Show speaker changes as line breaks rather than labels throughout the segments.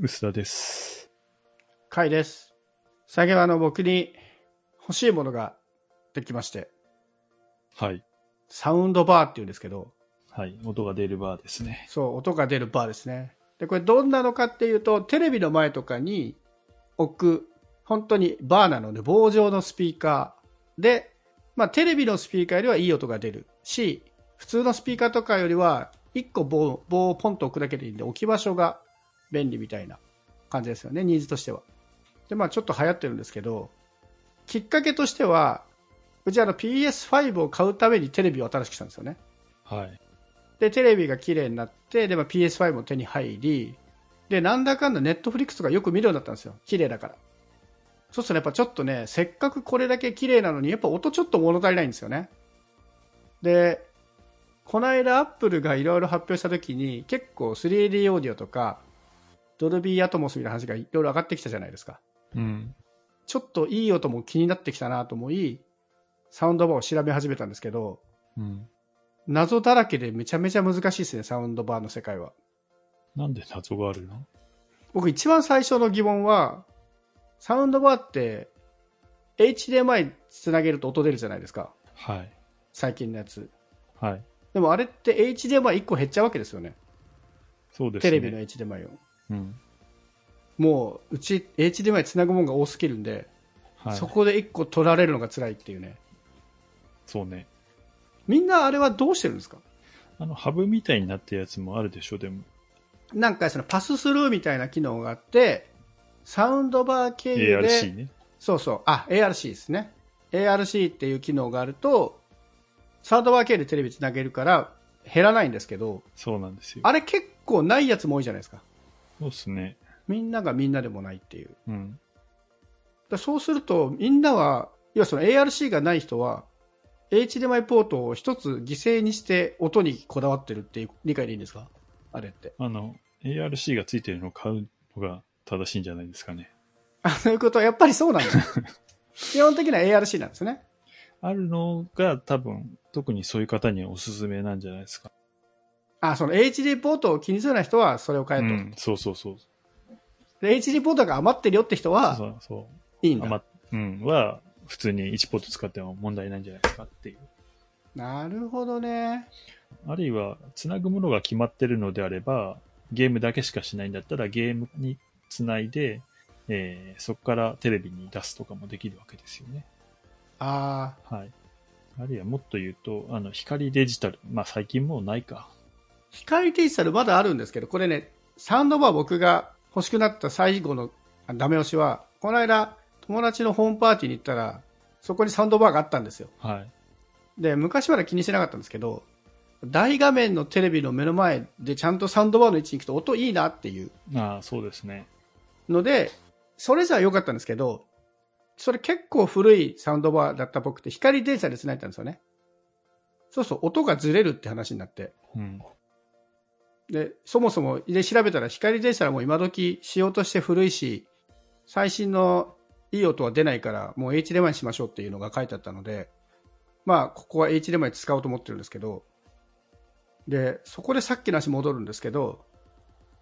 薄田です。
カイです。最近はあの僕に欲しいものができまして、
はい。
サウンドバーっていうんですけど、
はい。音が出るバーですね。
そう、音が出るバーですね。で、これどんなのかっていうと、テレビの前とかに置く、本当にバーなので、棒状のスピーカーで、まあテレビのスピーカーよりはいい音が出るし、普通のスピーカーとかよりは、1個棒棒をポンと置くだけでいいんで、置き場所が便利みたいな感じですよね、ニーズとしては。で、まあちょっと流行ってるんですけど、きっかけとしては、うちあの PS5 を買うためにテレビを新しくしたんですよね。
はい。
でテレビが綺麗になってで、まあ、PS5 も手に入りでなんだかんだネットフリックスとかよく見るようになったんですよ綺麗だからそうするとやっぱちょっとねせっかくこれだけ綺麗なのにやっぱ音ちょっと物足りないんですよねでこの間アップルがいろいろ発表した時に結構 3D オーディオとかドルビーアトモスみたいな話がいろいろ上がってきたじゃないですか
うん。
ちょっといい音も気になってきたなと思いサウンドバーを調べ始めたんですけど
うん。
謎だらけでめちゃめちゃ難しいですねサウンドバーの世界は
なんで謎があるの
僕一番最初の疑問はサウンドバーって HDMI つなげると音出るじゃないですか
はい。
最近のやつ
はい。
でもあれって HDMI1 個減っちゃうわけですよね
そうです
テ
ね。
レビの HDMI を
うん。
もううち HDMI つなぐもんが多すぎるんで、
はい。
そこで1個取られるのが辛いっていうね
そうね。
みんなあれはどうしてるんですか
あの、ハブみたいになってるやつもあるでしょ、でも。
なんかそのパススルーみたいな機能があってサウンドバー経由で
ARC ね。
そうそう。あ、ARC ですね。ARC っていう機能があると、サードバー系でテレビつなげるから減らないんですけど、
そうなんですよ。
あれ結構ないやつも多いじゃないですか。
そうっすね。
みんながみんなでもないっていう。
うん。
だそうすると、みんなは、要はその ARC がない人は、HDMI ポートを一つ犠牲にして音にこだわってるっていう理解でいいんですかあれって。
あの、ARC がついてるのを買うのが正しいんじゃないですかね。
あ、そういうことはやっぱりそうなんですよ 基本的には ARC なんですね。
あるのが多分、特にそういう方にはおすすめなんじゃないですか。
あ、その HD ポートを気にするような人はそれを変え
う
と。
ん。そうそうそう。
で HD ポートが余ってるよって人は、
そうそう。
いいんだ。
ま、うん、は、普通に1ポット使っても問題ないんじゃないですかっていう。
なるほどね。
あるいは、つなぐものが決まってるのであれば、ゲームだけしかしないんだったら、ゲームにつないで、えーそこからテレビに出すとかもできるわけですよね。
ああ、
はい。あるいはもっと言うと、あの、光デジタル。まあ、最近もうないか。
光デジタルまだあるんですけど、これね、サウンドバー僕が欲しくなった最後のあダメ押しは、この間、友達のホームパーティーに行ったら、そこにサウンドバーがあったんですよ。
はい。
で、昔まで気にしてなかったんですけど、大画面のテレビの目の前でちゃんとサウンドバーの位置に行くと音いいなっていう
ああ、そうですね。
ので、それじゃ良かったんですけど、それ結構古いサウンドバーだった僕って光デジタルで繋いでたんですよね。そうそう、音がずれるって話になって。
うん。
で、そもそも、で、調べたら光デジタルはもう今時仕様として古いし、最新のいい音は出ないから、もう HDMI にしましょうっていうのが書いてあったので、まあ、ここは HDMI 使おうと思ってるんですけど、で、そこでさっきの話戻るんですけど、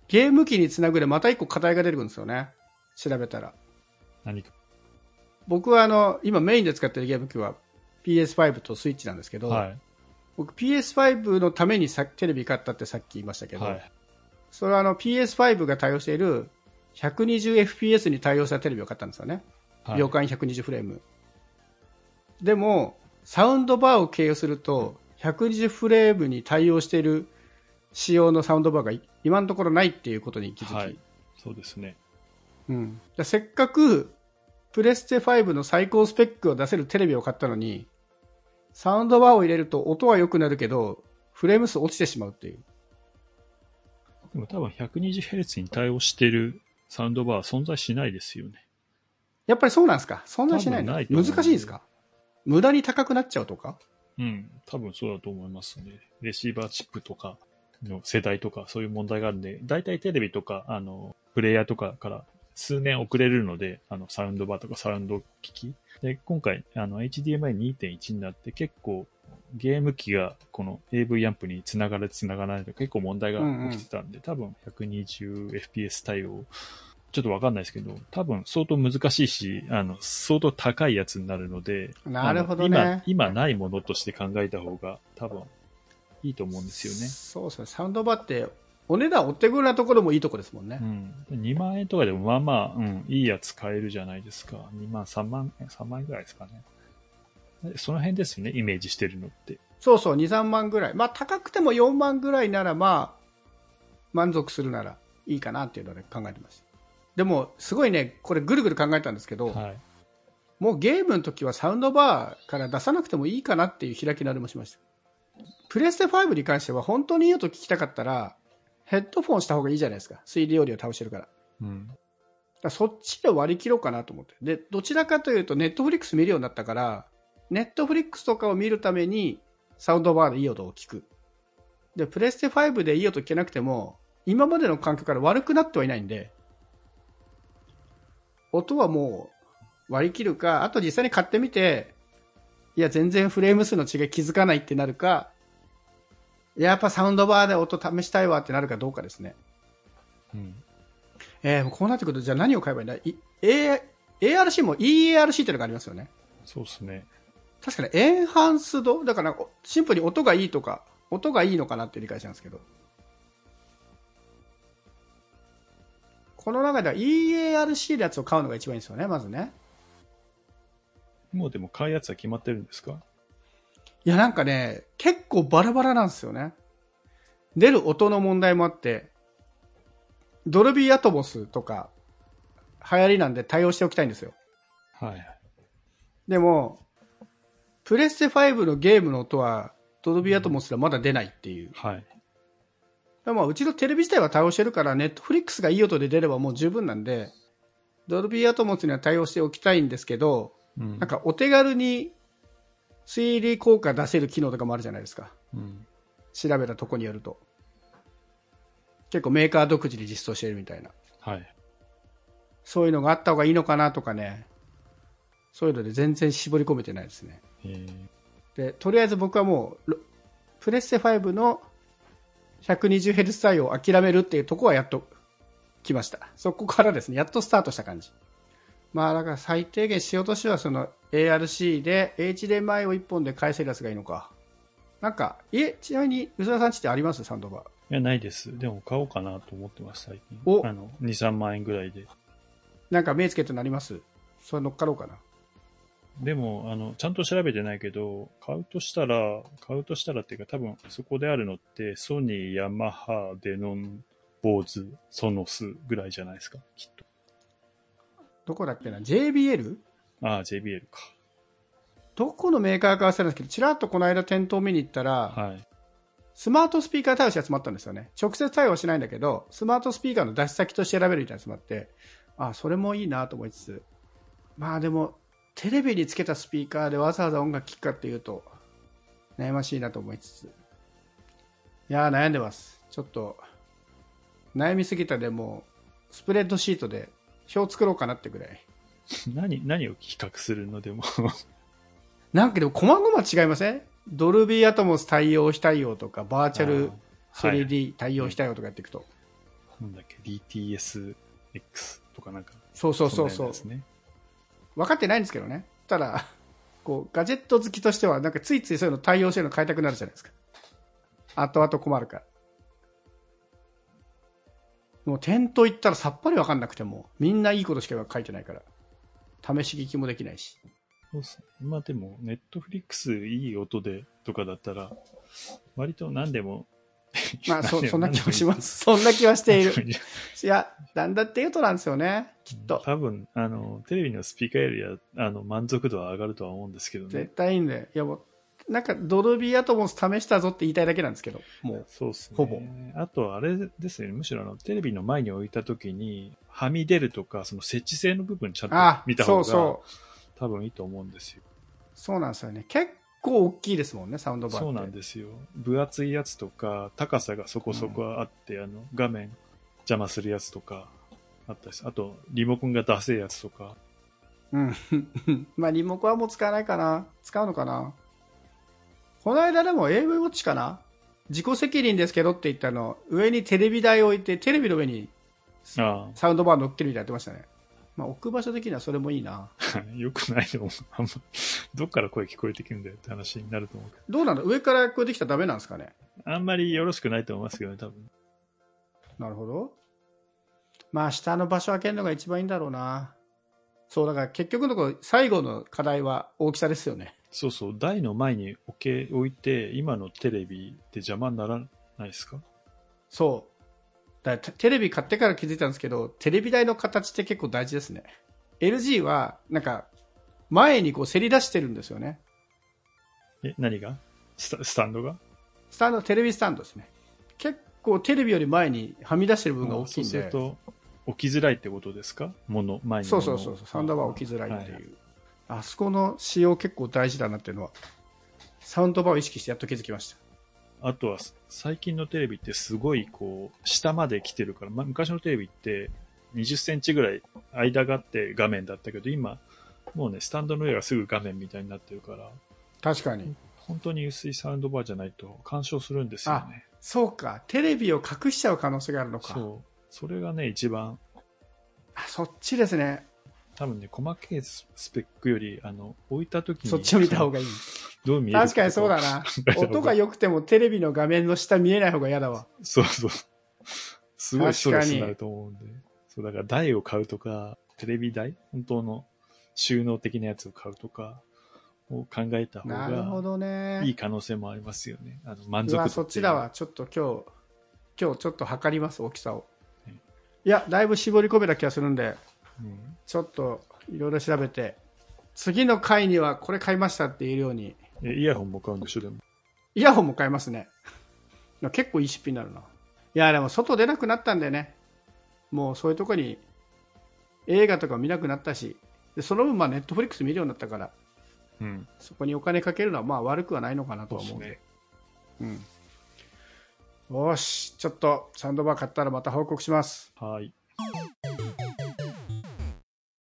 ゲーム機につなぐでまた一個課題が出てくるんですよね。調べたら。
何か。
僕はあの、今メインで使ってるゲーム機は PS5 とスイッチなんですけど、
は
僕 PS5 のためにさテレビ買ったってさっき言いました
い。
けど、
はい。
それはあの PS5 が対応している 120fps に対応したテレビを買ったんですよね、
はい
秒間120フレームでもサウンドバーを経由すると120フレームに対応している仕様のサウンドバーがい今のところないっていうことに気づき、
はい。そうですね。
うん、だせっかくプレステ5の最高スペックを出せるテレビを買ったのにサウンドバーを入れると音は良くなるけどフレーム数落ちてしまうっていう
でも多分 120Hz に対応してるサウンドバーは存在しないですよね。
やっぱりそうなんですかそんなしないの
多分ないと思
難
う
しいですか無駄に高くなっちゃうとか
うん、多分そうだと思いますね。レシーバーチップとかの世代とかそういう問題があるんで、大体テレビとか、あの、プレイヤーとかから数年遅れるので、あの、サウンドバーとかサウンド機器。で、今回、あの、HDMI2.1 になって結構ゲーム機がこの AV アンプにつながるつながらないと結構問題が起きてたんで、多分 120fps 対応、ちょっとわかんないですけど、多分相当難しいし、あの、相当高いやつになるので、
なるほどね
あの今、今ないものとして考えた方が多分いいと思うんですよね。
そうそう、サウンドバーって、お値段お手頃なところもいいとこですもんね。
うん、2万円とかでもまあまあ、うん、いいやつ買えるじゃないですか。2万、3万、3万円ぐらいですかね。その辺ですよね、イメージしてるのって。
そうそう、2、3万ぐらい。まあ、高くても4万ぐらいなら、まあ、満足するならいいかなっていうので考えてました。でも、すごいね、これぐるぐる考えたんですけど、
はい。
もうゲームの時はサウンドバーから出さなくてもいいかなっていう開き直りもしました。プレステ5に関しては本当にいい音聞きたかったら、ヘッドフォンした方がいいじゃないですか。3D オーディオ倒してるから。だか
うん。
らそっちで割り切ろうかなと思って。で、どちらかというと、ネットフリックス見るようになったから、ネットフリックスとかを見るために、サウンドバーでいい音を聞く。で、プレステ5でいい音聞けなくても、今までの環境から悪くなってはいないんで、音はもう割り切るか、あと実際に買ってみて、いや、全然フレーム数の違い気づかないってなるか、いややっぱサウンドバーで音試したいわってなるかどうかですね。
うん。
えー、もうこうなってくると、じゃあ何を買えばいいんだい A- ?ARC も EARC っていうのがありますよね。
そうですね。
確かにエンハンスドだからおシンプルに音がいいとか、音がいいのかなって理解したんですけど。この中では EARC のやつを買うのが一番いいんですよね、まずね。
もうでも買うやつは決まってるんですか
いや、なんかね、結構バラバラなんですよね。出る音の問題もあって、ドルビーアトモスとか、流行りなんで対応しておきたいんですよ。
はい。
でも、プレステ5のゲームの音は、ドルビーアトモスらまだ出ないっていう。
はい。
でもまあうちのテレビ自体は対応してるから、ネットフリックスがいい音で出ればもう十分なんで、ドルビーアトモスには対応しておきたいんですけど、
うん
なんかお手軽に 3D 効果出せる機能とかもあるじゃないですか。
うん。
調べたとこによると。結構メーカー独自で実装してるみたいな。
はい。
そういうのがあった方がいいのかなとかね。そういうので全然絞り込めてないですね。
えー
でとりあえず僕はもうロプレステ5の 120Hz 対応を諦めるっていうところはやっと来ましたそこからですねやっとスタートした感じまあだから最低限仕落としはその ARC で HDMI を1本で返せるやつがいいのかなんかえちなみに吉田さんちってありますサンドバー
いや、ないです。でも買おうかなと思ってます、最近。
お
あの、2、3万円ぐらいで。
なんか目つけてなりますそれ乗っかろうかな
でも、あの、ちゃんと調べてないけど、買うとしたら、買うとしたらっていうか、多分そこであるのって、ソニー、ヤマハ、デノン、ボーズ、ソノスぐらいじゃないですか、きっと。
どこだっけな JBL?
ああ、JBL か。
どこのメーカーか忘れたんですけどちらっとこの間店頭見に行ったら、
はい。
スマートスピーカー対応したやつもあったんですよね。直接対応はしないんだけど、スマートスピーカーの出し先として選べるみたいなやつもあって、あ、それもいいなと思いつつ、まあでも、テレビにつけたスピーカーでわざわざ音楽聴くかっていうと、悩ましいなと思いつつ。いやー、悩んでます。ちょっと、悩みすぎたでもう、スプレッドシートで表作ろうかなってぐらい。
何、何を比較するのでも。
なんかでも、細々違いませんドルビーアトモス対応したいよとか、バーチャル
あーはい
3D 対応したいよとかやっていくと。
なんだっけ、DTSX とかなんか。
そうそうそうそ
んな
う
やつ。ですね。
分かってないんですけどね。ただ、 こう、ガジェット好きとしては、なんかついついそういうの対応してるの買いたくなるじゃないですか。後々困るから。もう店頭行ったらさっぱり分かんなくても、みんないいことしか書いてないから、試し聞きもできないし。
そうっすねまあでも、ネットフリックスいい音でとかだったら、割と何でも。
まあ、そ、そんな気もし
ま
ます。 そんな気はしている。
る。
いや、なんだって言うとなんですよね。きっと。
多分あのテレビのスピーカーよりはあの満足度は上がるとは思うんですけどね
絶。対いいんだよ。いや、もう、なんか、ドルビーアトモス試したぞって言いたいだけなんですけど。もう。
そうですね。
ほぼ
あと、あれですね、むしろあのテレビの前に置いたときに、はみ出るとか、その設置性の部分ちゃんと
あ
見た
そ
方
うそう
が。多分いいと思うんですよ。
そうなんですよね。結構大きいですもんね、サウンドバーって。
そうなんですよ。分厚いやつとか、高さがそこそこあって、あの画面邪魔するやつとか、あったりすあと、リモコンが出せえやつとか、
うん。まあ、リモコンはもう使わないかな。使うのかな。この間でも AV ウォッチかな自己責任ですけどって言ったの、上にテレビ台を置いて、テレビの上に
あ
サウンドバー乗っけるみたいなやってましたね。まあ、置く場所的にはそれもいいな。
あ、よくないと思う。あんま、どっから声聞こえてくるんだよって話になると思うけ
どうなの上からこれできたらダメなんですかね
ど。あんまりよろしくないと思いますけどね、多分。
なるほど。まあ、下の場所開けるのが一番いいんだろうな。そう、だから結局のところ、最後の課題は大きさですよね。
そうそう、台の前に置け、置いて、今のテレビって邪魔にならないですか
そう。だからテテレビ買ってから気づいたんですけど、テレビ台の形って結構大事ですね。LG は、なんか、前にこう、せり出してるんですよね。
え、何がスタスタンドが
スタンド、テレビスタンドですね。結構テレビより前にはみ出してる部分が大きい
そうんする
で。
と、置きづらいってことですかもの、前に
そ
物
う
を。
そうそうそう、サウンドバー置きづらいっていう、
は
あそこの仕様結構大事だなっていうのは、サウンドバーを意識してやっと気づきました。
あとは、最近のテレビってすごい、こう、下まで来てるから、まあ、昔のテレビって、20センチぐらい間があって画面だったけど、今、もうね、スタンドの上がすぐ画面みたいになってるから、
確かに。
本当に薄いサウンドバーじゃないと干渉するんですよね。
そうか、テレビを隠しちゃう可能性があるのか。
そう。それがね、一番、
あそっちですね。
多分ね、細けいスペックより、あの、置いた時に、
そっちを見た方がいい。
どう見える
確か にそうだな。音が良くてもテレビの画面の下見えない方が嫌だわ。
そうそう。すごいストレスになる
確
と思うんで。そう、だから台を買うとか、テレビ台本当の収納的なやつを買うとかを考えた方
なるほ
が
どね。
いい可能性もありますよね。あの、満
う
足度っ
わ、
ていう
そっちだ。わ。ちょっと今日、今日ちょっと測ります、大きさを
うん。
いや、だいぶ絞り込めた気がするんで、
うん
ちょっといろいろ調べて、次の回にはこれ買いましたって言えるように、
え、イヤホンも買うんでしょ、でも。
イヤホンも買いますね。結構いい出品になるな。いや、でも外出なくなったんでね。もうそういうとこに映画とか見なくなったし、でその分まあネットフリックス見るようになったから、
うん。
そこにお金かけるのはまあ悪くはないのかなとは思うんで。
ね。
うん。よし、ちょっとサンドバー買ったらまた報告します。
はい。